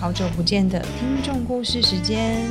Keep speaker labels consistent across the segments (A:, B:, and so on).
A: 好久不见的听众故事时间，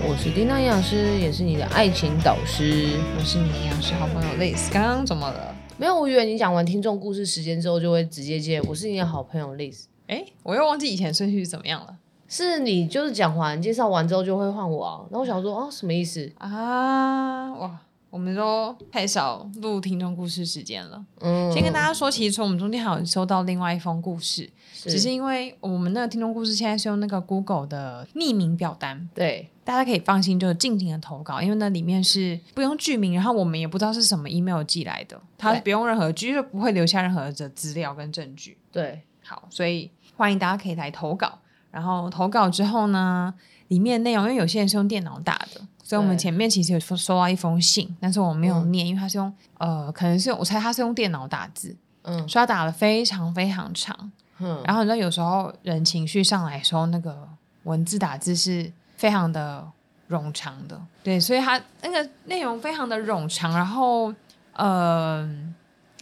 B: 我是叮当营养师，也是你的爱情导师。
A: 我是你营养师好朋友 Liz。刚刚怎么了？
B: 没有，我以为你讲完听众故事时间之后，就会直接接我是你的好朋友 Liz。
A: 哎，我又忘记以前顺序是怎么样了
B: 是你就是讲完介绍完之后就会换我啊，然后我想说啊什么意思？
A: 啊！哇，我们都太少录听众故事时间了。
B: 嗯，
A: 先跟大家说，其实我们中间还有收到另外一封故事，只是因为我们那个听众故事现在是用那个 Google 的匿名表单，
B: 对
A: 大家可以放心，就尽情的投稿，因为那里面是不用剧名，然后我们也不知道是什么 email 寄来的，它
B: 对
A: 不用任何，就是不会留下任何的资料跟证据。
B: 对，
A: 好，所以欢迎大家可以来投稿。然后投稿之后呢，里面内容因为有些人是用电脑打的，所以我们
B: 对
A: 前面其实有收收到一封信，但是我没有
B: 嗯
A: 念，因为他是用呃，可能是用我猜他是用电脑打字，
B: 嗯
A: 所以他打了非常非常长。
B: 嗯，
A: 然后你知道有时候人情绪上来的时候，那个文字打字是非常的冗长的，对，所以它那个内容非常的冗长。然后，呃，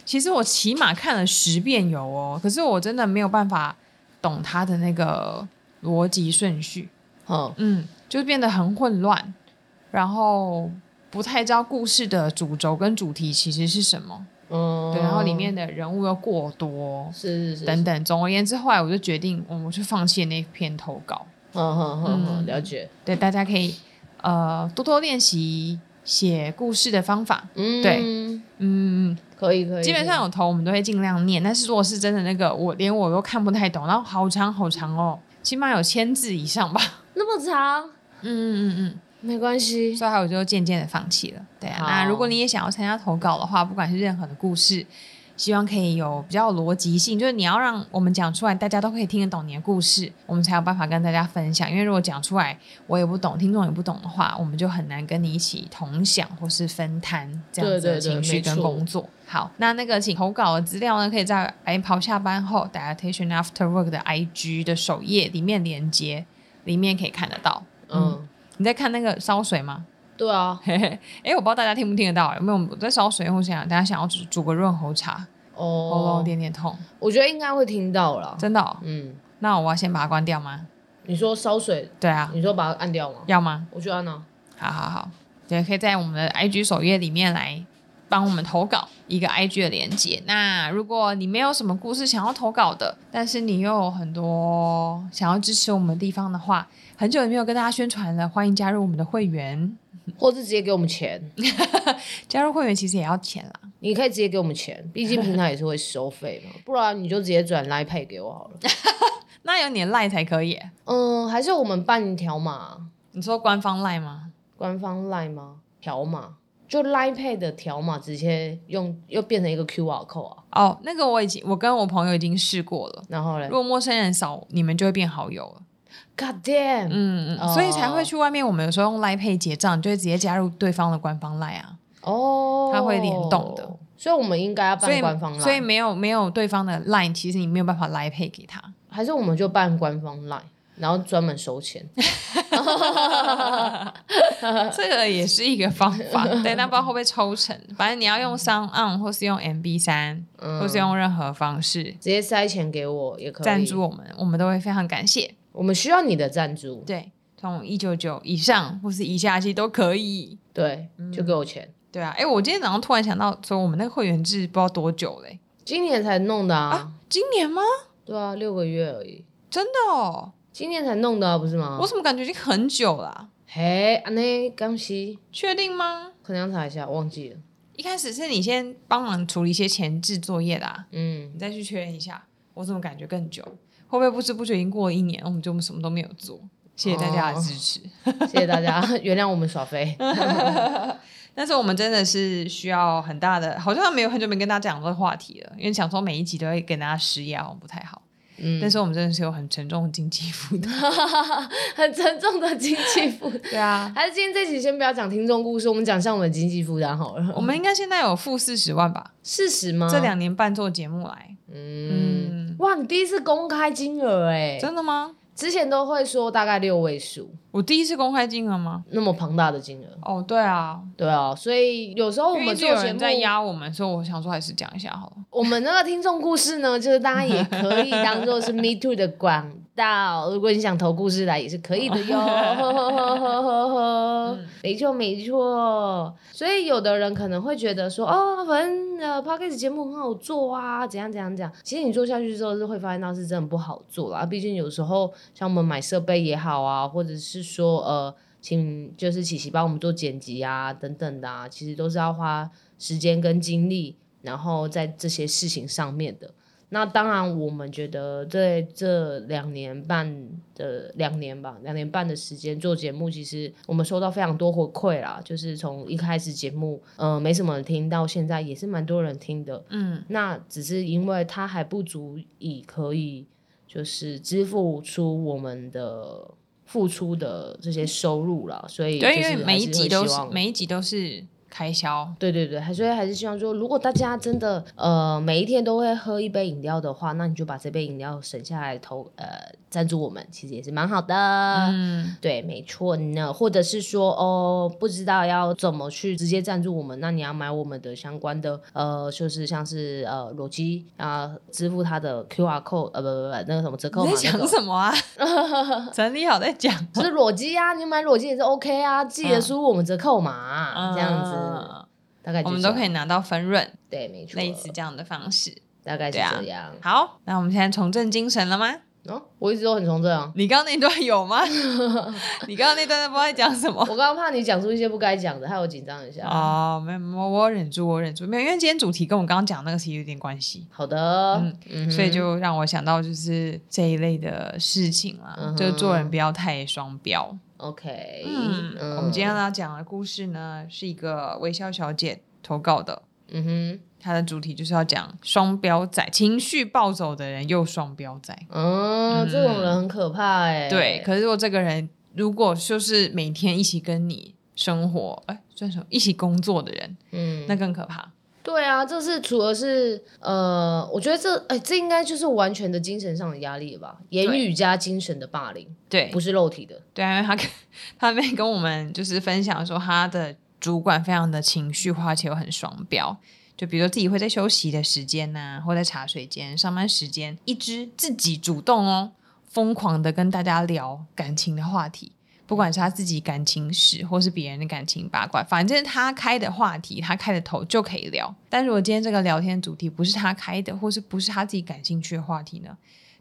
A: 其实我起码看了十遍有哦，可是我真的没有办法懂它的那个逻辑顺序，
B: 嗯
A: 嗯，就变得很混乱，然后不太知道故事的主轴跟主题其实是什么，
B: 嗯，
A: 对，然后里面的人物又过多，
B: 是是是，
A: 等等。总而言之，后来我就决定，嗯我就放弃那篇投稿。
B: 嗯嗯嗯
A: 嗯
B: 嗯，了解，
A: 对，大家可以呃多多练习写故事的方法。
B: 嗯
A: 对，嗯，
B: 可以可以，
A: 基本上有投我们都会尽量念，但是如果是真的那个，我连我都看不太懂，然后好长好长哦，起码有千字以上吧。
B: 那么长
A: 嗯嗯嗯
B: 没关系
A: 嗯，，所以我就渐渐的放弃了。对啊，
B: 好
A: 那如果你也想要参加投稿的话，不管是任何的故事。希望可以有比较有逻辑性，就是你要让我们讲出来，大家都可以听得懂你的故事，我们才有办法跟大家分享。因为如果讲出来我也不懂，听众也不懂的话，我们就很难跟你一起同享或是分摊这样子的
B: 对对对
A: 情绪
B: 没
A: 跟
B: 错
A: 工作。好，那那个请投稿的资料呢，可以在哎跑下班后 Dietitian After Work 的 IG 的首页里面连接，里面可以看得到。
B: 嗯，
A: 你在看那个烧水吗？
B: 对啊，
A: 嘿嘿，哎，我不知道大家听不听得到，有没有我在烧水？我想大家想要煮煮个润喉茶，喉咙有
B: 哦，
A: 点点痛，
B: 我觉得应该会听到啦。
A: 真的哦、
B: 嗯，
A: 那我要先把它关掉吗？
B: 你说烧水，
A: 对啊，
B: 你说把它按掉吗？
A: 要吗？
B: 我就按啊了。
A: 好好好，对，可以在我们的 IG 首页里面来帮我们投稿一个 IG 的连接。那如果你没有什么故事想要投稿的，但是你又有很多想要支持我们的地方的话，很久也没有跟大家宣传了，欢迎加入我们的会员。
B: 或是直接给我们钱，
A: 加入会员其实也要钱啦。
B: 你可以直接给我们钱，毕竟平台也是会收费嘛， 不然你就直接转 Line Pay 给我好了。
A: 那有你的赖才可以耶。
B: 嗯，还是我们办一条码，
A: 你说官方赖吗？
B: 官方 Line 吗？条码就 Line Pay 的条码，直接用又变成一个 QR code 啊，
A: 哦，那个我已经，我跟我朋友已经试过了。
B: 然后嘞
A: 如果陌生人扫，你们就会变好友了。
B: ，God damn，、
A: 嗯，嗯，
B: 哦
A: 所以才会去外面。我们有时候用 Line Pay 结账，你就会直接加入对方的官方 Line 啊。
B: 哦，
A: 它会联动的，
B: 所以我们应该要
A: 所以
B: 办官方 Line，
A: 所以没有没有对方的 Line，其实你没有办法 Line Pay 给他。
B: 还是我们就办官方 Line，然后专门收钱。呃
A: 这个也是一个方 法，对，但不知道会不会抽成。反正你要用商 on 或是用 MB 三，或是用任何方式
B: 直接塞钱给我也嗯可以。
A: 赞助，我们，我们都会非常感谢。
B: 我们需要你的赞助，
A: 对，从一九九以上或是以下期都可以。
B: 对，就给我钱。
A: 对啊，哎、我今天早上突然想到，说我们那个会员制不知道多久嘞、
B: 今年才弄的啊，
A: 今年吗？
B: 对啊，六个月而已，
A: 真的哦，
B: 今年才弄的、啊，不是吗
A: 我？怎么感觉已经很久啦、
B: 嘿，安内刚西，
A: 确定吗？
B: 可能要查一下，忘记了。
A: 一开始是你先帮忙处理一些前置作业啦、啊
B: 嗯，
A: 你再去确认一下。我怎么感觉更久？会不会不知不觉已经过了一年，我们就什么都没有做？谢谢大家的支持。
B: 谢谢大家 原谅我们耍 飞。
A: 但是我们真的是需要很大的，好像没有很久没跟大家讲这个话题了，因为想说每一集都会给大家施压，好像不太好。
B: 嗯，
A: 但是我们真的是有很沉重的经济负担。
B: 很沉重的经济负担。
A: 对啊，
B: 还是今天这期先不要讲听众故事，我们讲一下我们的经济负担好了。
A: 我们应该现在有负四十万吧？
B: 事实吗？
A: 哦这两年半做节目来，
B: 嗯，
A: 嗯，
B: 哇，你第一次公开金额哎、
A: 真的吗？
B: 之前都会说大概六位数，
A: 我第一次公开金额吗？
B: 那么庞大的金额。
A: 哦，对啊，
B: 对啊，所以有时候我
A: 因为
B: 们
A: 一直
B: 做
A: 有
B: 节
A: 人
B: 目，
A: 在压我们，所以我想说还是讲一下好了。
B: 我们那个听众故事呢，就是大家也可以当做是 Me Too 的广道。如果你想投故事来也是可以的哟，呵呵呵呵呵呵，没错没错。所以有的人可能会觉得说，哦，反正呃 p o d c a s t 节目很好做啊，怎样怎样怎样。其实你做下去之后是会发现到是真的不好做啦，毕竟有时候像我们买设备也好啊，或者是说呃。请就是琪琪帮我们做剪辑啊，等等的啊，其实都是要花时间跟精力，然后在这些事情上面的。那当然，我们觉得在这两年半的两年吧，两年半的时间做节目，其实我们收到非常多回馈啦，就是从一开始节目，呃，没什么人听到现在也是蛮多人听的。
A: 嗯，
B: 那只是因为它还不足以可以就是支付出我们的付出的这些收入啦，所以
A: 对，
B: 就
A: 因
B: 是
A: 为
B: 还
A: 每一
B: 是
A: 集
B: 会
A: 都
B: 希
A: 是
B: 望
A: 每一集都是开销，
B: 对对对，还所以还是希望说，如果大家真的呃每一天都会喝一杯饮料的话，那你就把这杯饮料省下来投呃赞助我们，其实也是蛮好的。
A: 嗯，
B: 对，没错呢，或者是说哦，不知道要怎么去直接赞助我们，那你要买我们的相关的呃，就是像是呃裸机啊，支付它的 QR code 呃不不不那个什么折扣
A: 你
B: 码
A: 在
B: 那
A: 讲
B: 个。
A: 什么啊？ 整理好再讲，
B: 就是裸机啊，你买裸机也是 OK 啊，记得输入我们折扣码、这样子，
A: 嗯
B: 大概就
A: 我们
B: 这
A: 都
B: 样
A: 可以拿到分润，
B: 对，没错，
A: 类似这样的方式。
B: 大概是
A: 对啊
B: 这样。
A: 好，那我们现在重振精神了吗？
B: 哦，我一直都很从这啊。
A: 你刚刚那段有 吗？你刚刚那段都不知道在讲什么
B: 我。刚刚怕你讲出一些不该讲的，害我紧张一下。
A: 哦，没有，我我忍住，我忍住，没有，因为今天主题跟我刚刚讲那个其实有点关系，
B: 好的，
A: 嗯
B: 嗯哼
A: 所以就让我想到就是这一类的事情啦，
B: 嗯哼
A: 就做人不要太双标。
B: OK
A: 嗯
B: 嗯。，
A: 我们今天要讲的故事呢，是一个微笑小姐投稿的，
B: 嗯哼，
A: 它的主题就是要讲双标仔，情绪暴走的人又双标仔。
B: 嗯，这种人很可怕哎、
A: 对，，可是我这个人如果就是每天一起跟你生活，哎，算什么一起工作的人，
B: 嗯，
A: 那更可怕。
B: 对啊，这是除了是呃，我觉得这哎、这应该就是完全的精神上的压力了吧，言语加精神的霸凌，
A: 对
B: 不是肉体的。
A: 对啊，因为他跟他妹跟我们就是分享说，他的主管非常的情绪化，而且又很双标。就比如说自己会在休息的时间呐、或在茶水间、上班时间，一直自己主动哦，疯狂的跟大家聊感情的话题，不管是他自己感情史，或是别人的感情八卦，反正他开的话题，他开的头就可以聊。但如果今天这个聊天主题不是他开的，或是不是他自己感兴趣的话题呢，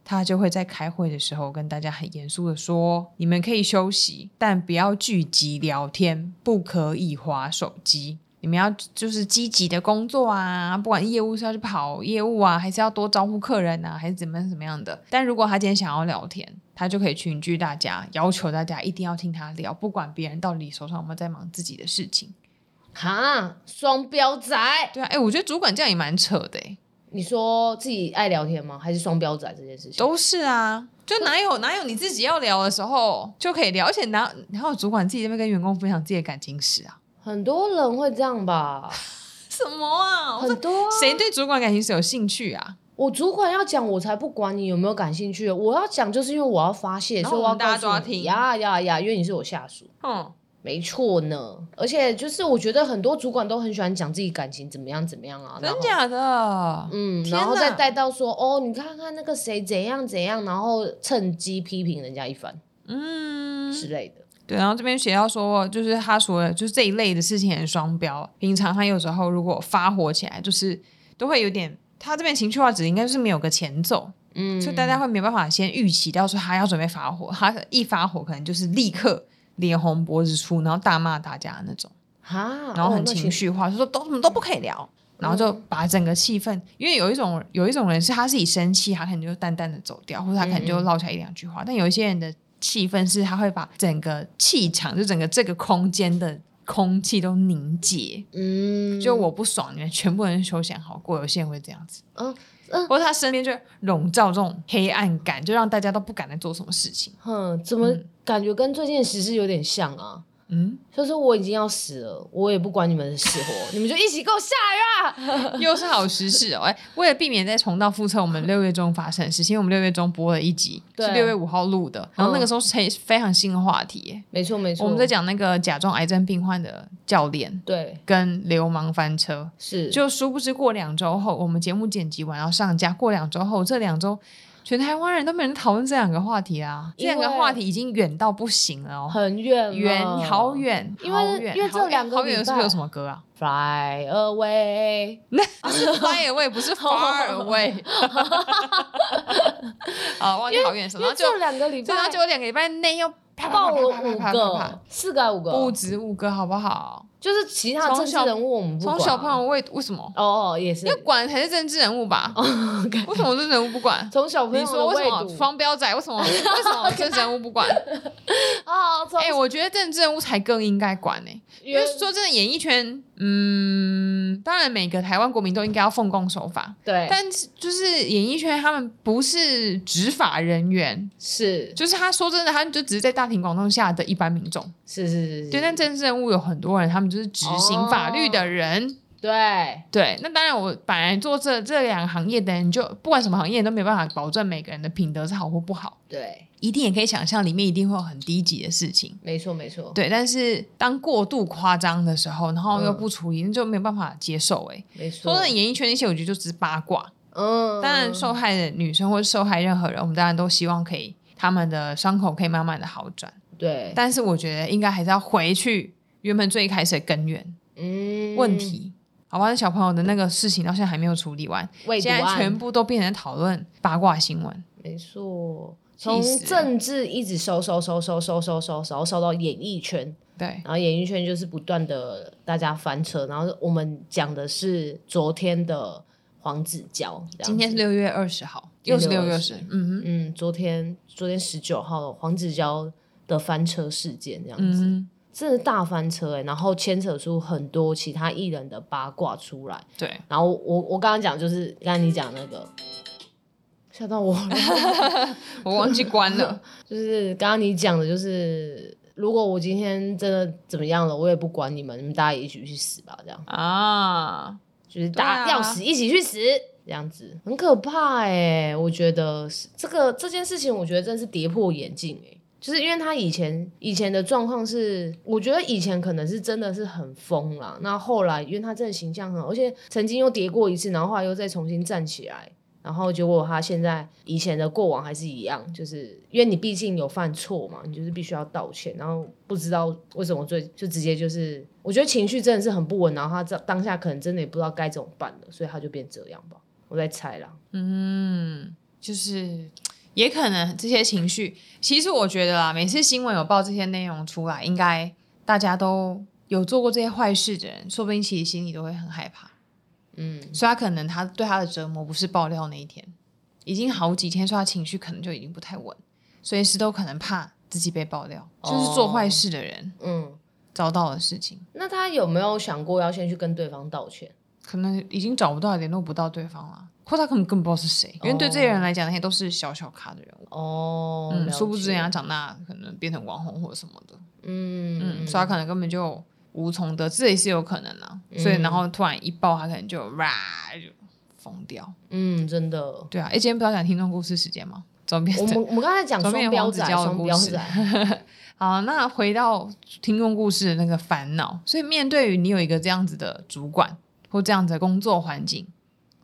A: 他就会在开会的时候跟大家很严肃的说：“你们可以休息，但不要聚集聊天，不可以划手机。你们要就是积极的工作啊，不管业务是要去跑业务啊，还是要多招呼客人啊，还是怎么样怎么样的。但如果他今天想要聊天，他就可以群聚大家，要求大家一定要听他聊，不管别人到底手上有没有在忙自己的事情。
B: 哈，双标仔，
A: 对啊，哎，我觉得主管这样也蛮扯的、欸，
B: 你说自己爱聊天吗？还是双标仔这件事情？
A: 都是啊，就哪有哪有你自己要聊的时候就可以聊，而且哪哪有主管自己在那边跟员工分享自己的感情史啊？
B: 很多人会这样吧，
A: 什么啊？我说
B: 很多、啊。
A: 谁对主管感情史有兴趣啊？
B: 我主管要讲，我才不管你有没有感兴趣。我要讲，就是因为我要发泄，
A: 然后
B: 所以
A: 我
B: 我要
A: 们大
B: 告
A: 家
B: 诉
A: 都要
B: 你
A: 听
B: 呀呀呀，因为你是我下属，
A: 哼，
B: 没错呢。而且就是我觉得很多主管都很喜欢讲自己感情怎么样怎么样啊，然
A: 真
B: 后
A: 假的？
B: 嗯，
A: 天
B: 然后
A: 哪
B: 再带到说哦，你看看那个谁怎样怎样，然后趁机批评人家一番
A: 嗯，
B: 之类的。
A: 对。然后这边写到说，就是他说的，就是这一类的事情很双标。平常他有时候如果发火起来，就是都会有点，他这边情绪化指应该就是没有个前奏，
B: 嗯，
A: 所以大家会没办法先预期到说他要准备发火，他一发火可能就是立刻脸红脖子粗，然后大骂大家的那种，
B: 哈，
A: 然后
B: 哦嗯
A: 很情，绪化，就说都什么都不可以聊，然后就把整个气氛，因为有一种有一种人是他自己生气，他可能就淡淡的走掉，或者他可能
B: 嗯
A: 就唠起来一两句话，但有一些人的气氛是他会把整个气场，就整个这个空间的空气都凝结，
B: 那嗯，
A: 就我不爽，你们全部人休想好过。有些人会这样子，
B: 嗯嗯
A: 或者他身边就笼罩这种黑暗感，就让大家都不敢再做什么事情。
B: 哼，怎么感觉跟最近的时事有点像啊？
A: 嗯，
B: 就是我已经要死了，我也不管你们的死活，你们就一起给我下来吧。
A: 又是好时事哦。哎，为了避免再重蹈覆辙，我们六月中发生的事情，因为我们六月中播了一集，
B: 对嗯
A: 是六月五号录的，然后那个时候是非常新的话题耶。
B: 没错没错，
A: 我们在讲那个假装癌症病患的教练
B: 对
A: 跟流氓翻车，
B: 是
A: 就殊不知过两周后，我们节目剪辑完要上架，过两周后这两周全台湾人都没人讨论这两个话题啊，这
B: 因为
A: 两个话题已经远到不行了哦，
B: 很远
A: 远
B: 了
A: 好远，
B: 嗯因为
A: 好远
B: 因为这两个
A: 好远好远
B: 礼
A: 是
B: 拜
A: 不是有什么歌啊
B: Fly away，
A: ？Fly away 不是 far away，啊，忘记好远什么，然
B: 因为
A: 后就
B: 这两个礼
A: 对，然
B: 拜
A: 后就两个礼拜内又啪啪啪
B: 爆了
A: 啪啪
B: 五
A: 啪啪啪啪
B: 个，四个还五个，
A: 不止五个好不好？
B: 就是其他政治人物我们不管
A: 从
B: 啊
A: 小朋友为为什么？
B: 哦哦也是
A: 要管才是政治人物 吧？
B: 哦，感
A: 为什么政治人物不管？
B: 从小朋友
A: 你说为什么
B: 的喂
A: 双标仔？为什 么为什么政治人物不管？
B: 毒哦，从
A: 哎、我觉得政治人物才更应该管呢、因为说真的，演艺圈，嗯，当然每个台湾国民都应该要奉公守法，
B: 对，
A: 但是就是演艺圈他们不是执法人员，
B: 是
A: 就是他说真的，他们就只是在大庭广众下的一般民众。
B: 是是是哦是，
A: 对，但政治人物有很多人，他们就是执行法律的人。
B: 对
A: 对，那当然，我本来做这这两行业的人，就不管什么行业都没有办法保证每个人的品德是好或不好，
B: 对，
A: 一定也可以想象里面一定会有很低级的事情。
B: 没错没错，
A: 对，但是当过度夸张的时候，然后又
B: 嗯
A: 不处理，那就没有办法接受、欸。哎，
B: 没错
A: 说，真的，演艺圈那些我觉得就只是八卦。
B: 嗯，
A: 当然，受害的女生或者受害任何人，我们当然都希望可以他们的伤口可以慢慢的好转。
B: 对，
A: 但是我觉得应该还是要回去原本最开始的根源
B: 嗯
A: 问题，好吧？那小朋友的那个事情到现在还没有处理完，
B: 未
A: 现在全部都变成讨论八卦新闻。
B: 没错。从
A: 气死了
B: 政治一直收收收收收收收收收到演艺圈，
A: 对，
B: 然后演艺圈就是不断的大家翻车，然后我们讲的是昨天的黄子佼，这样
A: 今天是六月二十号，
B: 今
A: 又
B: 天
A: 是六月二
B: 6
A: 十，嗯哼
B: 嗯，昨天昨天十九号黄子佼的翻车事件这样子，
A: 嗯哼，
B: 真的大翻车哎、然后牵扯出很多其他艺人的八卦出来，
A: 对，
B: 然后我我刚刚讲就是刚才你讲那个吓到我了，
A: 我忘记关了。
B: 就是刚刚你讲的就是。如果我今天真的怎么样了，我也不管你们，你们大家一起去死吧，这样
A: 啊，
B: 就是大
A: 对
B: 家
A: 啊
B: 要死一起去死，这样子很可怕哎、我觉得是这个这件事情，我觉得真是跌破眼镜哎、就是因为他以前以前的状况是，我觉得以前可能是真的是很疯啦，那后来因为他真的形象很好，而且曾经又跌过一次，然后后来又再重新站起来。然后结果他现在以前的过往还是一样，就是因为你毕竟有犯错嘛，你就是必须要道歉。然后不知道为什么最就直接就是，我觉得情绪真的是很不稳，然后他当当下可能真的也不知道该怎么办了，所以他就变这样吧，我在猜啦。
A: 嗯，就是。也可能这些情绪，其实我觉得啊，每次新闻有报这些内容出来，应该大家都有做过这些坏事的人，说不定其实心里都会很害怕。
B: 嗯，
A: 所以他可能他对他的折磨不是爆料那一天，已经好几天，所以他情绪可能就已经不太稳，随时都可能怕自己被爆料，
B: 哦
A: 就是做坏事的人
B: 嗯，
A: 遭到的事情，
B: 那他有没有想过要先去跟对方道歉？
A: 可能已经找不到联络不到对方了，或他可能更不知道是谁，因为对这些人来讲，那些都是小小咖的人物。
B: 哦，
A: 嗯，
B: 了解
A: 殊不知人家长大可能变成网红或者什么的，
B: 嗯
A: 嗯，所以他可能根本就无从得知，这也是有可能啊。所以然后突然一爆，他可能就哇就疯掉。
B: 嗯，真的。
A: 对啊，哎，今天不要讲听众故事时间吗？怎么变
B: 我
A: 成
B: 们我们刚才讲
A: 转变
B: 双标
A: 黄子
B: 仔，
A: 佼的
B: 双
A: 故
B: 标
A: 事
B: 仔，
A: 好，那回到听众故事的那个烦恼，所以面对于你有一个这样子的主管或这样子的工作环境，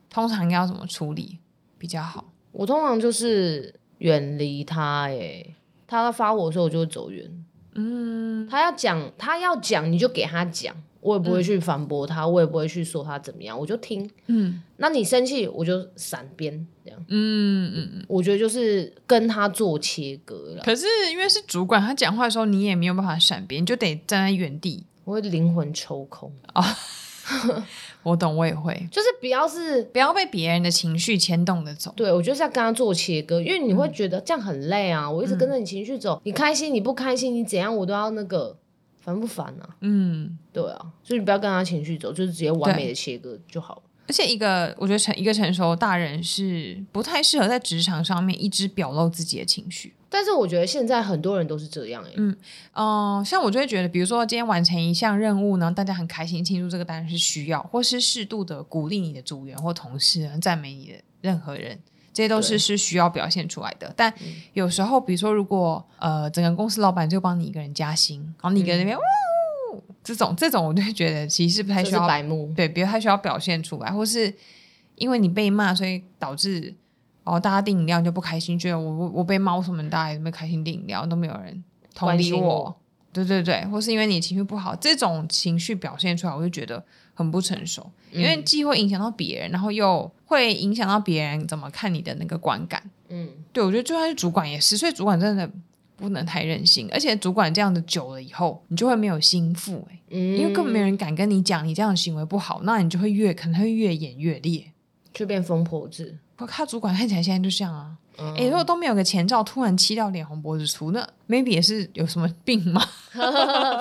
A: 通常应该要怎么处理比较好？
B: 我通常就是远离他、欸，他发我的时候，我就会走远。
A: 嗯，
B: 他要讲，他要讲，你就给他讲，我也不会去反驳他，我也不会去说他怎么样，我就听。
A: 嗯
B: 那你生气，我就闪边，这样。
A: 嗯嗯嗯。
B: 我觉得就是跟他做切割了，
A: 可是因为是主管，他讲话的时候你也没有办法闪边，你就得站在原地。
B: 我会灵魂抽空，
A: 我懂，我也会，
B: 就是不要是。
A: 不要被别人的情绪牵动的走。
B: 对，我就是要跟他做切割，因为你
A: 嗯
B: 会觉得这样很累啊！我一直跟着你情绪走，你开心你不开心，你怎样我都要那个，烦不烦啊？
A: 嗯，
B: 对啊，所以你不要跟他情绪走，就是直接完美的切割就好了。
A: 而且一个我觉得成一个成熟的大人是不太适合在职场上面一直表露自己的情绪。
B: 但是我觉得现在很多人都是这样、欸，
A: 嗯嗯、像我就会觉得，比如说今天完成一项任务呢，大家很开心庆祝这个当然是需要，或是适度的鼓励你的组员或同事，赞美你的任何人，这些都
B: 对嗯
A: 是是需要表现出来的。但有时候，比如说如果呃整个公司老板就帮你一个人加薪，然后你一个人在
B: 嗯
A: 那边、呜，这种这种我就会觉得其实是不太
B: 这
A: 需
B: 是
A: 要
B: 白目。
A: 对，比如他需要表现出来，或是因为你被骂，所以导致哦，大家订饮料就不开心，觉得我我我被猫什么，大家也没开心订饮料，都没有人同
B: 关
A: 理
B: 心我
A: 对对对，或是因为你情绪不好，这种情绪表现出来，我就觉得很不成熟，因
B: 嗯
A: 为既会影响到别人，然后又会影响到别人怎么看你的那个观感。
B: 嗯，
A: 对，我觉得就算是主管也是，所以主管真的不能太任性，而且主管这样子久了以后，你就会没有心腹、欸，
B: 嗯
A: 因为根本没人敢跟你讲你这样的行为不好，那你就会越可能会越演越烈。
B: 就变疯婆 子。
A: 不过他主管看起来现在就像啊，
B: 嗯
A: 哎、如果都没有个前兆，突然气到脸红脖子粗，那 maybe 也是有什么病吗？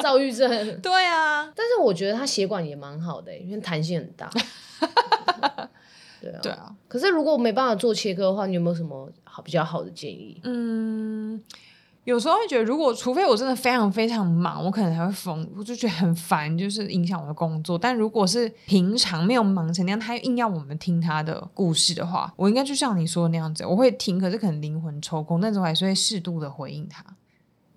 B: 躁郁症。
A: 对啊，
B: 但是我觉得他血管也蛮好的、欸因为弹性很 大。对啊。
A: 对啊，
B: 可是如果我没办法做切割的话，你有没有什么好比较好的建议？
A: 嗯，有时候会觉得，如果除非我真的非常非常忙，我可能还会疯，我就觉得很烦，就是影响我的工作。但如果是平常没有忙成那样，他又硬要我们听他的故事的话，我应该就像你说的那样子，我会听，可是可能灵魂抽空，但是我还是会适度的回应他，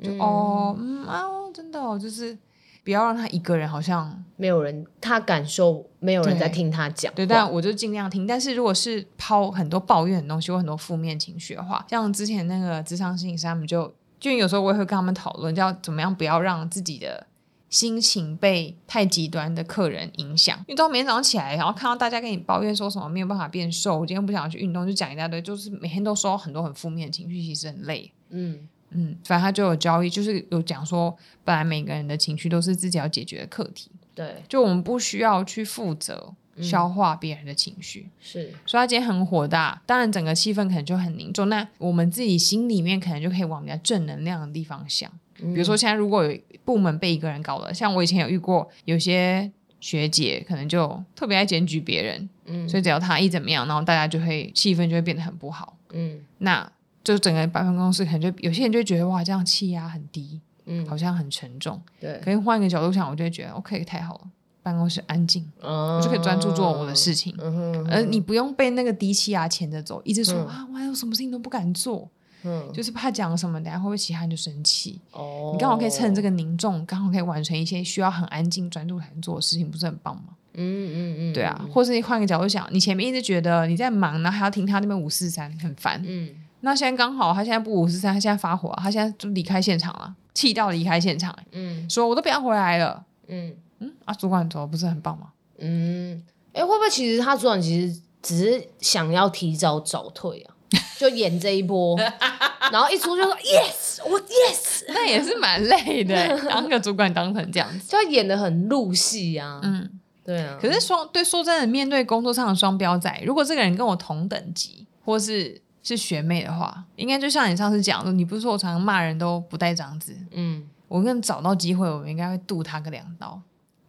A: 就、
B: 嗯
A: 哦，嗯啊，真的、哦，就是不要让他一个人好像
B: 没有人，他感受没有人
A: 对
B: 在听他讲话。
A: 对，但我就尽量听。但是如果是抛很多抱怨的东西，或很多负面情绪的话，像之前那个智商心理师，他们就就有时候我也会跟他们讨论，要怎么样不要让自己的心情被太极端的客人影响。因为到每天早上起来，然后看到大家跟你抱怨说什么没有办法变瘦，我今天不想去运动，就讲一大堆，就是每天都收到很多很负面的情绪，其实很累。
B: 嗯
A: 嗯，反正他就有交易，就是有讲说，本来每个人的情绪都是自己要解决的课题，
B: 对，
A: 就我们不需要去负责
B: 嗯
A: 消化别人的情绪。
B: 是
A: 所以他今天很火大，当然整个气氛可能就很凝重。那我们自己心里面可能就可以往比较正能量的地方想，
B: 比
A: 比如说现在如果有部门被一个人搞了，像我以前有遇过有些学姐可能就特别爱检举别人，
B: 嗯
A: 所以只要她一怎么样，然后大家就会气氛就会变得很不好。
B: 嗯
A: 那就整个办公室可能就有些人就会觉得哇，这样气压很低，好
B: 嗯，
A: 像很沉重。
B: 对，
A: 可以换一个角度想，我就会觉得 OK 太好了，办公室安静，
B: 我
A: 我就可以专注做我的。事情。
B: 嗯哼，
A: 呃，你不用被那个低气压牵着走，一直说、
B: 嗯
A: 啊，我还有什么事情都不敢做，
B: 嗯
A: 就是怕讲什么，等下会不会其他人就生气？
B: 哦，
A: 你刚好可以趁这个，凝重，刚好可以完成一些需要很安静、专注才能做的事情，不是很棒吗？
B: 嗯嗯嗯，
A: 对啊，
B: 嗯
A: 或是你换个角度想，你前面一直觉得你在忙，然后还要听他那边五四三，很烦。
B: 嗯，
A: 那现在刚好他现在不五四三，他现在发火、啊他现在就离开现场了，气到离开现场、欸
B: 嗯
A: 说我都不要回来了。
B: 嗯
A: 嗯啊，主管走了不是很棒吗？
B: 嗯，哎，会不会其实他主管其实只是想要提早早退啊？就演这一波，然后一出就说 yes，我 yes，
A: 那也是蛮累的、欸 当个主管当成这样子。
B: 就演的很入戏啊。
A: 嗯。
B: 对啊，
A: 可是双对说真的，面对工作上的双标仔，如果这个人跟我同等级，或是是学妹的话，应该就像你上次讲的，你不是说我常常骂人都不带脏字，
B: 嗯，
A: 我更找到机会，我应该会度他个两刀。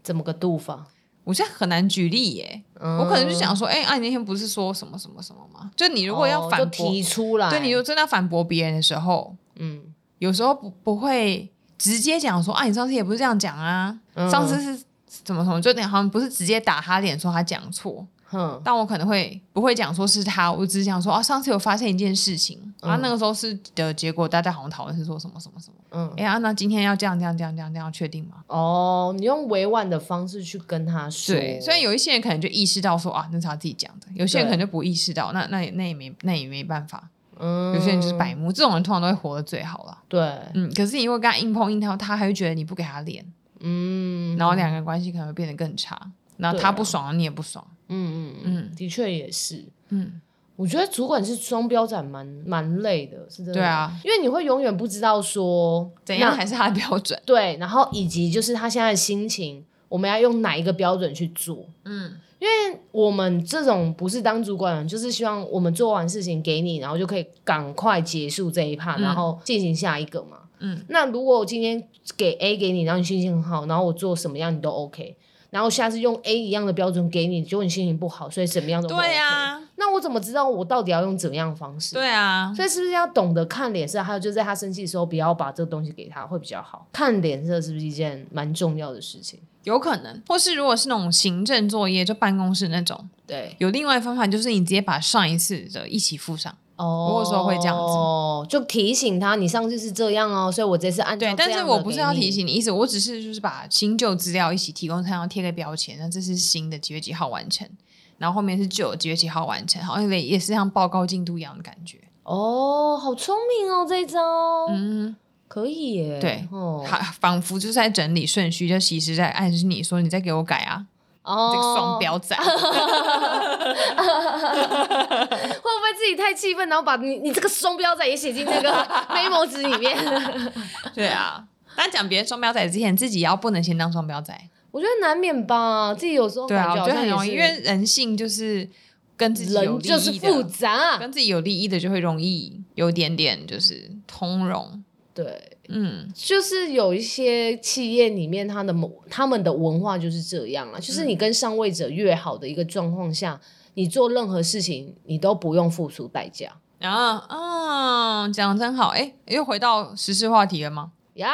B: 怎么个度法？
A: 我现在很难举例耶，
B: 嗯
A: 我可能就想说，哎、啊，你那天不是说什么什么什么吗？就你如果要
B: 哦
A: 反
B: 就
A: 驳，
B: 提出来，
A: 对，你就真的要反驳别人的时候，
B: 嗯，
A: 有时候不不会直接讲说，啊，你上次也不是这样讲啊，
B: 嗯
A: 上次是怎么什么，就你好像不是直接打他脸说他讲错，
B: 哼，
A: 但我可能会不会讲说是他，我只想说啊，上次有发现一件事情，啊，
B: 嗯
A: 那个时候是的结果，大家好像讨论是说什么什么什么，
B: 嗯，
A: 哎呀、啊那今天要这样这样这样这样这样确定吗？
B: 哦，你用委婉的方式去跟他说，
A: 对，所以有一些人可能就意识到说啊，那是他自己讲的，有些人可能就不意识到，那那也那也没那也没办法，
B: 嗯，
A: 有些人就是白目，这种人通常都会活得最好啦。
B: 对，
A: 嗯，可是你如果跟他硬碰硬，他他还会觉得你不给他脸，
B: 嗯，
A: 然后两个人关系可能会变得更差，然后
B: 对
A: 他
B: 啊
A: 不爽，你也不爽，
B: 嗯，嗯嗯嗯，的确也是。
A: 嗯。
B: 我觉得主管是双标仔蛮蛮累的，是真的。
A: 对啊，
B: 因为你会永远不知道说
A: 怎样
B: 那
A: 才是他的标准？
B: 对，然后以及就是他现在的心情，我们要用哪一个标准去做？
A: 嗯，
B: 我们这种不是当主管的人，就是希望我们做完事情给你，然后就可以赶快结束这一趴，
A: 嗯
B: 然后进行下一个嘛。
A: 嗯，
B: 那如果我今天给 A 给你，然后你心情很好，然后我做什么样你都 OK，然后下次用 A 一样的标准给你，结果你心情不好，所以怎 么样都不 OK,
A: 对啊呀，
B: 那我怎么知道我到底要用怎么样的方式？
A: 对啊，
B: 所以是不是要懂得看脸色？还有就在他生气的时候，不要把这个东西给他，会比较好。看脸色是不是一件蛮重要的事情？
A: 有可能，或是如果是那种行政作业，就办公室那种，
B: 对，
A: 有另外方法，就是你直接把上一次的一起附上。
B: 哦，
A: 我有时候会这样子
B: 哦，就提醒他，你上次是这样哦，所以我这次按照
A: 对，但
B: 这
A: 是
B: 样的
A: 我不是要
B: 给你
A: 提，醒你意思，我只是就是把新旧资料一起提供，它要贴个标签，那这是新的几月几号完成，然后后面是就有几月几号完成，好像有点也是像报告进度一样的感觉。
B: 哦，好聪明哦，这一招、
A: 嗯，
B: 可以耶。
A: 对
B: 哦，
A: 好，仿佛就是在整理顺序，就其实在暗示你说你在给我改啊，
B: 哦
A: 这个双， 标仔。
B: 会不会自己太气愤，然后把你你这个双标仔也写进那个 memo 纸里面？
A: 对啊，但讲别人双标仔之前，自己要不能先当双标仔。
B: 我觉得难免吧，自己有时候
A: 对啊，
B: 感
A: 我
B: 觉
A: 觉
B: 好
A: 得
B: 像
A: 很容易，
B: 也
A: 因
B: 是
A: 为人性就是跟自己有利
B: 人就是
A: 益
B: 复
A: 的，
B: 杂，
A: 跟自己有利益的就会容易有点点就是通融。
B: 对，
A: 嗯，
B: 就是有一些企业里面，它的某他们的文化就是这样啊，
A: 嗯
B: 就是你跟上位者越好的一个状况下，你做任何事情你都不用付出代价
A: 然后嗯，讲得真好。哎，又回到时事话题了吗？
B: 呀。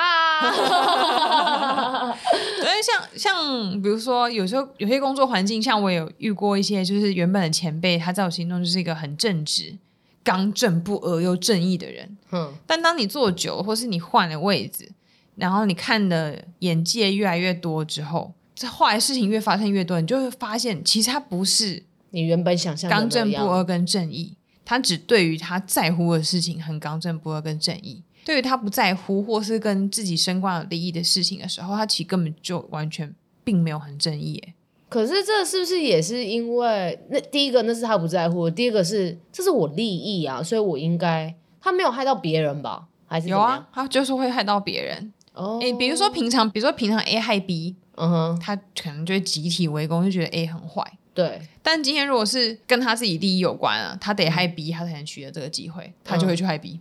A: 对，像像比如说，有时候有些工作环境，像我有遇过一些，就是原本的前辈，他在我心中就是一个很正直、刚正不阿又正义的人。
B: 哼，
A: 但当你坐久了，或是你换了位置，然后你看的眼界越来越多之后，这后来事情越发生越多，你就会发现，其实他不是
B: 你原本想象的
A: 刚正
B: 那样
A: 不阿跟正义，他只对于他在乎的事情很刚正不阿跟正义。对于他不在乎或是跟自己身观有利益的事情的时候，他其实根本就完全并没有很正义耶。
B: 可是这是不是也是因为那第一个那是他不在乎，第二个是这是我利益啊，所以我应该他没有害到别人吧？还是怎
A: 有
B: 么样
A: 啊，他就是会害到别人。
B: 哦，
A: 诶，比如说平常，比如说平常 A 害 B，
B: 嗯哼，
A: 他可能就会集体围攻，就觉得 A 很坏。
B: 对，
A: 但今天如果是跟他自己利益有关啊，他得
B: 嗯
A: 害 B，他才能取得这个机会，他就会去害 B。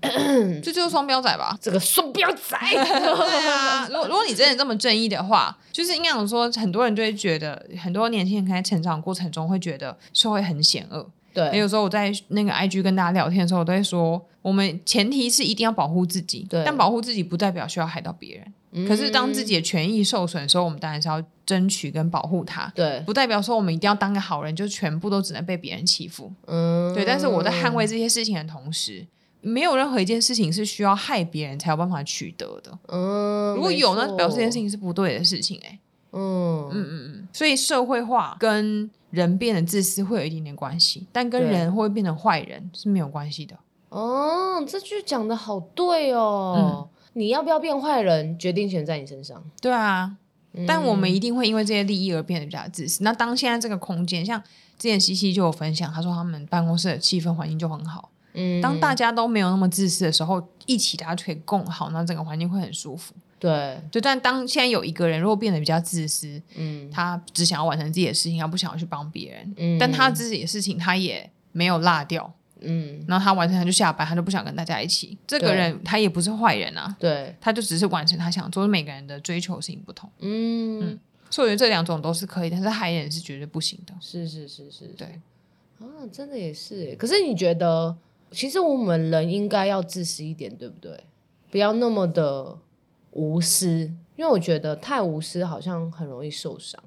A: 这就是双标仔吧？
B: 这个双标仔，
A: 对 啊，如果如果你真的这么正义的话，就是应该讲说，很多人就会觉得，很多年轻人在成长过程中会觉得社会很险恶。也
B: 对
A: 有时候我在那个 IG 跟大家聊天的时候，我都会说，我们前提是一定要保护自己，
B: 对
A: 但保护自己不代表需要害到别人。可是当自己的权益受损的时候，我们当然是要争取跟保护它。
B: 嗯对，
A: 不代表说我们一定要当个好人，就全部都只能被别人欺负。
B: 嗯，
A: 对，但是我在捍卫这些事情的同时，没有任何一件事情是需要害别人才有办法取得的。
B: 嗯，
A: 如果有，那
B: 没
A: 表示这件事
B: 错，
A: 情是不对的事情、欸。哎，
B: 嗯
A: 嗯嗯嗯，所以社会化跟人变得自私会有一点点关系，但跟
B: 对
A: 人会变成坏人是没有关系的。
B: 哦，这句讲的好对
A: 嗯
B: 哦。你要不要变坏人，决定权在你身上。
A: 对啊，但我们
B: 嗯
A: 一定会因为这些利益而变得比较自私。那当现在这个空间，像之前西西就有分享，他说他们办公室的气氛环境就很好。
B: 嗯
A: 当大家都没有那么自私的时候，一起大家就可以共好，那整个环境会很舒服。
B: 对，
A: 对，但当现在有一个人如果变得比较自私，
B: 嗯
A: 他只想要完成自己的事情，他不想要去帮别人，
B: 嗯，
A: 但他自己的事情他也没有落掉，
B: 嗯
A: 然后他完成他就下班，他就不想跟大家一起。这个
B: 对
A: 人他也不是坏人啊，
B: 对，
A: 他就只是完成他想做。每个人的追求性不同，
B: 嗯
A: 嗯所以我觉得这两种都是可以，但是害人是绝对不行的。
B: 是是是是，
A: 对
B: 是啊，真的也是耶。可是你觉得，其实我们人应该要自私一点，对不对？不要那么的无私，因为我觉得太无私好像很容易受伤。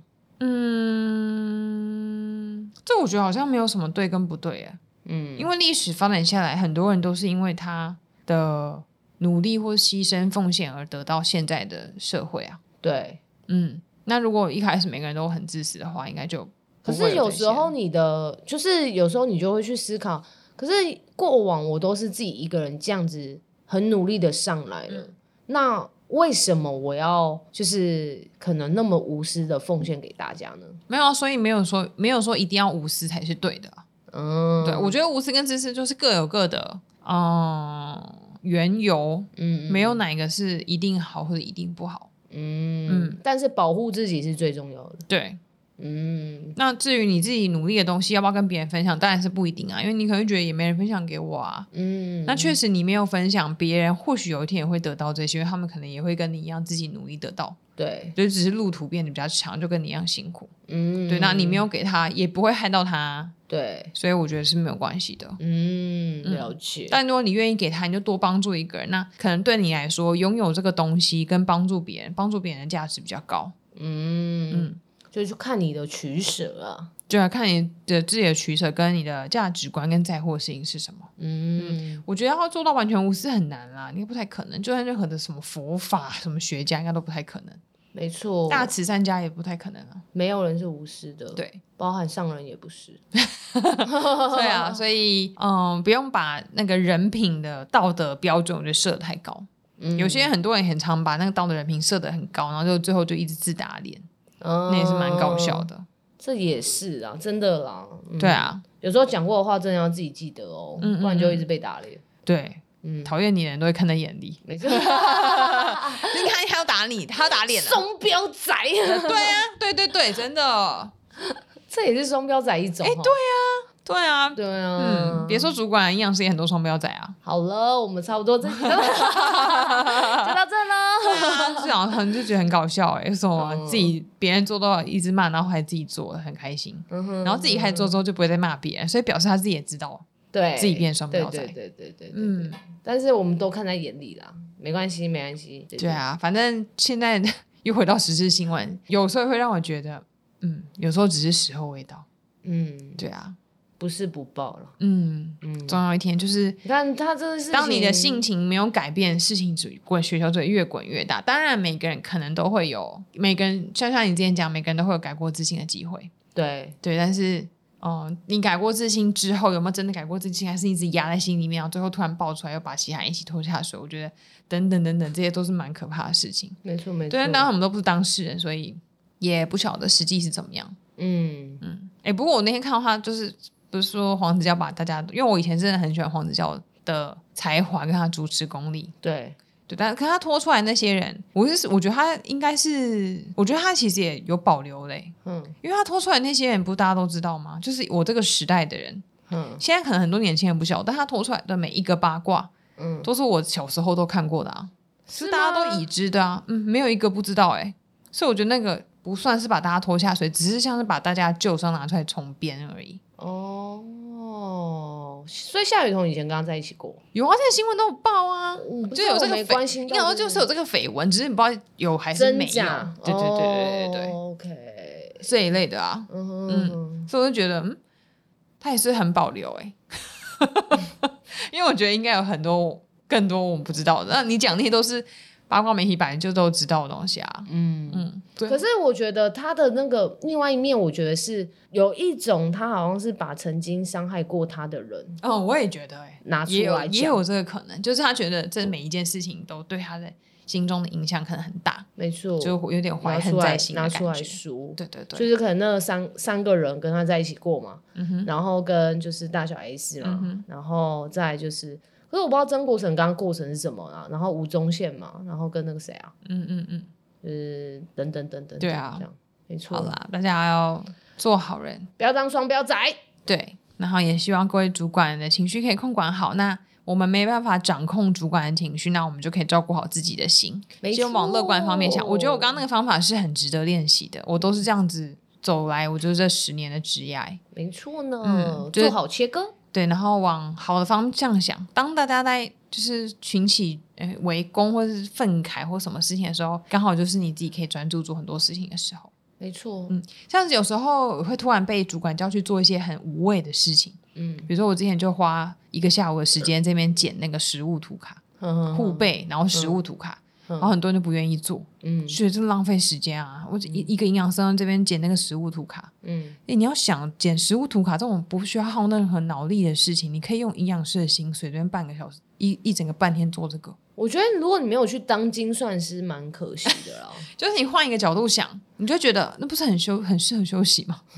A: 嗯，这我觉得好像没有什么对跟不对耶，
B: 嗯，
A: 因为历史发展下来，很多人都是因为他的努力或牺牲奉献而得到现在的社会啊。
B: 对。
A: 嗯，那如果一开始每个人都很自私的话，应该就不
B: 可是
A: 会
B: 有
A: 这
B: 时
A: 些
B: 候你的就是有时候你就会去思考，可是过往我都是自己一个人这样子很努力的上来
A: 嗯
B: 的，那为什么我要就是可能那么无私的奉献给大家呢？
A: 没有啊，所以没有说没有说一定要无私才是对的啊。
B: 嗯，
A: 对，我觉得无私跟自私就是各有各的，嗯，缘由，
B: 嗯
A: 没有哪一个是一定好或者一定不好。
B: 嗯，但是保护自己是最重要的。
A: 对，
B: 嗯，
A: 那至于你自己努力的东西要不要跟别人分享，当然是不一定啊，因为你可能会觉得也没人分享给我啊。
B: 嗯，
A: 那确实你没有分享，别人或许有一天也会得到这些，因为他们可能也会跟你一样自己努力得到，
B: 对，
A: 就只是路途变得比较长，就跟你一样辛苦。
B: 嗯，
A: 对，那你没有给他，也不会害到他，啊
B: 对，
A: 所以我觉得是没有关系的。
B: 嗯，了解，
A: 但如果你愿意给他，你就多帮助一个人，那可能对你来说，拥有这个东西跟帮助别人，帮助别人的价值比较高。
B: 嗯
A: 嗯，
B: 就就看你的取舍啊。
A: 就要看你的自己的取舍跟你的价值观跟在乎的事情是什么。
B: 嗯，
A: 我觉得要做到完全无私很难啦，应该不太可能。就算任何的什么佛法、什么学家，应该都不太可能。
B: 没错，
A: 大慈善家也不太可能啊。
B: 没有人是无私的，，
A: 对，
B: 包含上人也不是，
A: 对啊，所以嗯，不用把那个人品的道德标准就设得太高。
B: 嗯
A: 有些很多人很常把那个道德人品设得很高，然后就最后就一直自打脸，
B: 那
A: 那也是蛮搞笑，的。
B: 哦这也是啊，真的啦，嗯
A: 对，啊，
B: 有时候讲过的话真的要自己记得哦，
A: 嗯嗯
B: 不然就一直被打脸，
A: 对，
B: 嗯，
A: 讨厌你的人都会看在眼里。
B: 没 错，
A: 你看，他要打你，他要打脸了。啊
B: 双标 仔，
A: 对啊，对对对，真的，
B: 这也是双标仔一种，哎，对
A: 对啊，
B: 对啊
A: 嗯，，别说主管，营养师也很多双标仔 啊。
B: 好了，我们差不多 这集就到这
A: 对
B: 喽。
A: 啊，这种很就觉得很搞笑哎、欸，为什么
B: 嗯
A: 自己别人做到一直骂，然后还自己做，很开心。
B: 嗯哼
A: 然后自己开始做之后就不会再骂别人，所以表示他自己也知道。
B: 对
A: 自己变双标仔
B: 对对对对对，嗯，
A: 嗯，
B: 但是我们都看在眼里啦，没关系没关系，对
A: 对，啊，反正现在又回到时事新闻，有时候会让我觉得，嗯，有时候只是时候未到。
B: 嗯，
A: 对啊，
B: 不是不报了，
A: 嗯，
B: 嗯，
A: 总有一天就是
B: 你看他这个事情，
A: 当你的性情没有改变，事情只滚雪球只会越滚越大。当然，每个人可能都会有，每个人就像你之前讲，每个人都会有改过自新的机会。
B: 对
A: 对，但是，嗯、你改过自新之后，有没有真的改过自新，还是一直压在心里面，然后最后突然爆出来，又把其他人一起拖下水？我觉得，等等等等，这些都是蛮可怕的事情。
B: 没错没错，
A: 对，但当然我们都不是当事人，所以也不晓得实际是怎么样。
B: 嗯
A: 嗯，哎，不过我那天看到他，就是不是说黄子佼把大家，因为我以前真的很喜欢黄子佼的才华跟他主持功力，
B: 对，
A: 对，但可是他拖出来那些人，我就是我觉得他应该是，我觉得他其实也有保留嘞、
B: 嗯
A: 因为他拖出来那些人，不是大家都知道吗？就是我这个时代的人，
B: 嗯
A: 现在可能很多年轻人不晓得，但他拖出来的每一个八卦，
B: 嗯，
A: 都是我小时候都看过的啊，
B: 是
A: 就大家
B: 吗
A: 都已知的啊，嗯，没有一个不知道哎、所以我觉得那个不算是把大家拖下水，只是像是把大家的旧伤拿出来重编而已。
B: 哦，所以夏雨桐以前跟他在一起过，
A: 有啊，这个新闻都有报啊，
B: 我不
A: 就
B: 知道
A: 有这
B: 我
A: 个
B: 没
A: 绯
B: 关心
A: 应
B: 到
A: 该说
B: 这个，
A: 就是有这个绯闻，只是你不知道有还是没
B: 真
A: 有。
B: 假，哦
A: 对对对对对对，
B: o k
A: 这一类的啊，
B: 嗯哼嗯哼，
A: 所以我就觉得，嗯，他也是很保留哎、 因为我觉得应该有很多更多我们不知道的。那你讲那些都是八卦媒体本来就都知道的东西啊。
B: 嗯。
A: 嗯，对
B: 可，是我觉得他的那个另外一面，我觉得是有一种他好像是把曾经伤害过他的人
A: 嗯，我也觉得哎、
B: 拿出
A: 也有
B: 来
A: 也
B: 讲，
A: 有这个可能，就是他觉得这每一件事情都对他的心中的影响可能很大，
B: 没错，
A: 就有点怀
B: 拿
A: 恨
B: 出来
A: 在心
B: 拿
A: 的
B: 出来
A: 感觉。
B: 说，
A: 对对
B: 就
A: 对，
B: 是可能那三三个人跟他在一起过嘛，
A: 嗯哼，
B: 然后跟就是大小 S 嘛，
A: 嗯哼
B: 然后再来就是，可是我不知道曾国成刚刚过程是什么啦，然后吴宗宪嘛，然后跟那个谁啊，
A: 嗯嗯嗯，
B: 就是等等等等，
A: 对啊
B: 这样没错，
A: 好啦，大家要做好人，
B: 不要当双标仔，
A: 对，然后也希望各位主管的情绪可以控管好。那我们没办法掌控主管的情绪，那我们就可以照顾好自己的心，
B: 没
A: 先往乐观方面想。我觉得我刚刚那
B: 个
A: 个方法是很值得练习的，我都是这样子走来，我就是这十年的职涯。
B: 没错呢，
A: 嗯就是
B: 做好切割，
A: 对，然后往好的方向想。当大家在就是群起呃围攻或是愤慨或什么事情的时候，刚好就是你自己可以专注做很多事情的时候。
B: 没错，
A: 嗯像是有时候会突然被主管叫去做一些很无谓的事情。
B: 嗯，
A: 比如说我之前就花一个下午的时间这边剪那个实物图卡、
B: 互
A: 护，嗯背，然后实物图卡，
B: 嗯
A: 然后很多人就不愿意做，
B: 嗯
A: 觉得这浪费时间啊！我一一个营养师在这边剪那个实物图卡，
B: 嗯，
A: 诶你要想剪实物图卡这种不需要耗任何脑力的事情，你可以用营养师的薪水，这边半个小时一一整个半天做这个，
B: 我觉得如果你没有去当精算师，蛮可惜的啦，
A: 就是你换一个角度想，你就觉得那不是很休很适合休息吗？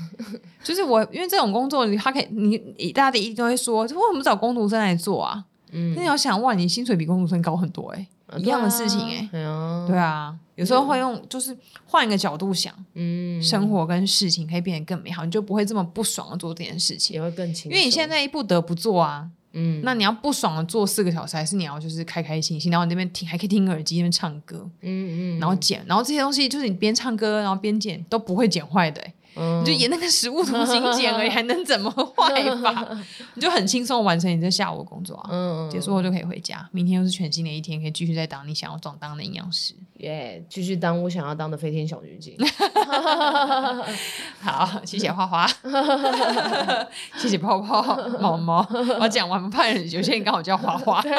A: 就是我因为这种工作，你他可以你你大家一定都会说，为什么不找工读生来做啊？
B: 嗯
A: 那你，要想哇，你薪水比工读生高很多哎、
B: 啊
A: 一样的事情哎、
B: 对啊，
A: 对啊，有时候会用，就是换一个角度想，
B: 嗯，
A: 生活跟事情可以变得更美好，你就不会这么不爽的做这件事情。
B: 也会更轻松，
A: 因为你现在不得不做啊，
B: 嗯，
A: 那你要不爽的做四个小时，还是你要就是开开心心，然后你那边听还可以听耳机那边唱歌，
B: 嗯嗯，
A: 然后剪，然后这些东西就是你边唱歌然后边剪都不会剪坏的欸、
B: 嗯
A: 你就演那个食物图形简 而已，还能怎么坏法？你就很轻松地完成你这下午的工作啊。
B: 嗯，
A: 结束后就可以回家，明天又是全新的一天，可以继续再当你想要当当的营养师。
B: 耶，继续当我想要当的飞天小女 警。
A: 好，谢谢花 花，谢谢泡泡、毛毛。我讲完，怕有些人刚好叫花花。
B: 对，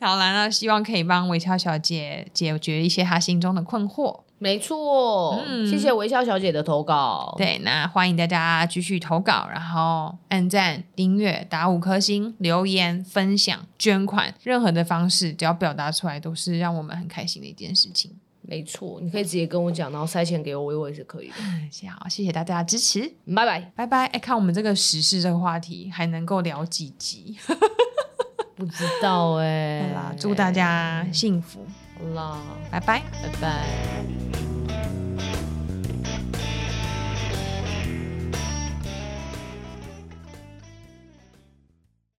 A: 好啦，那希望可以帮微笑小姐解决一些她心中的困惑。
B: 没错，
A: 嗯
B: 谢谢微笑小姐的投稿。
A: 对，那欢迎大家继续投稿，然后按赞、订阅、打五颗星、留言、分享、捐款，任何的方式，只要表达出来，都是让我们很开心的一件事情。
B: 没错，你可以直接跟我讲，然后塞钱给我，我也是 可以的。
A: 好，谢谢大家的支持。
B: 拜拜，
A: 拜拜！哎，看我们这个时事这个话题还能够聊几集？
B: 不知道哎、
A: 好啦，祝大家幸福，
B: 好啦，
A: 拜拜。
B: 拜拜。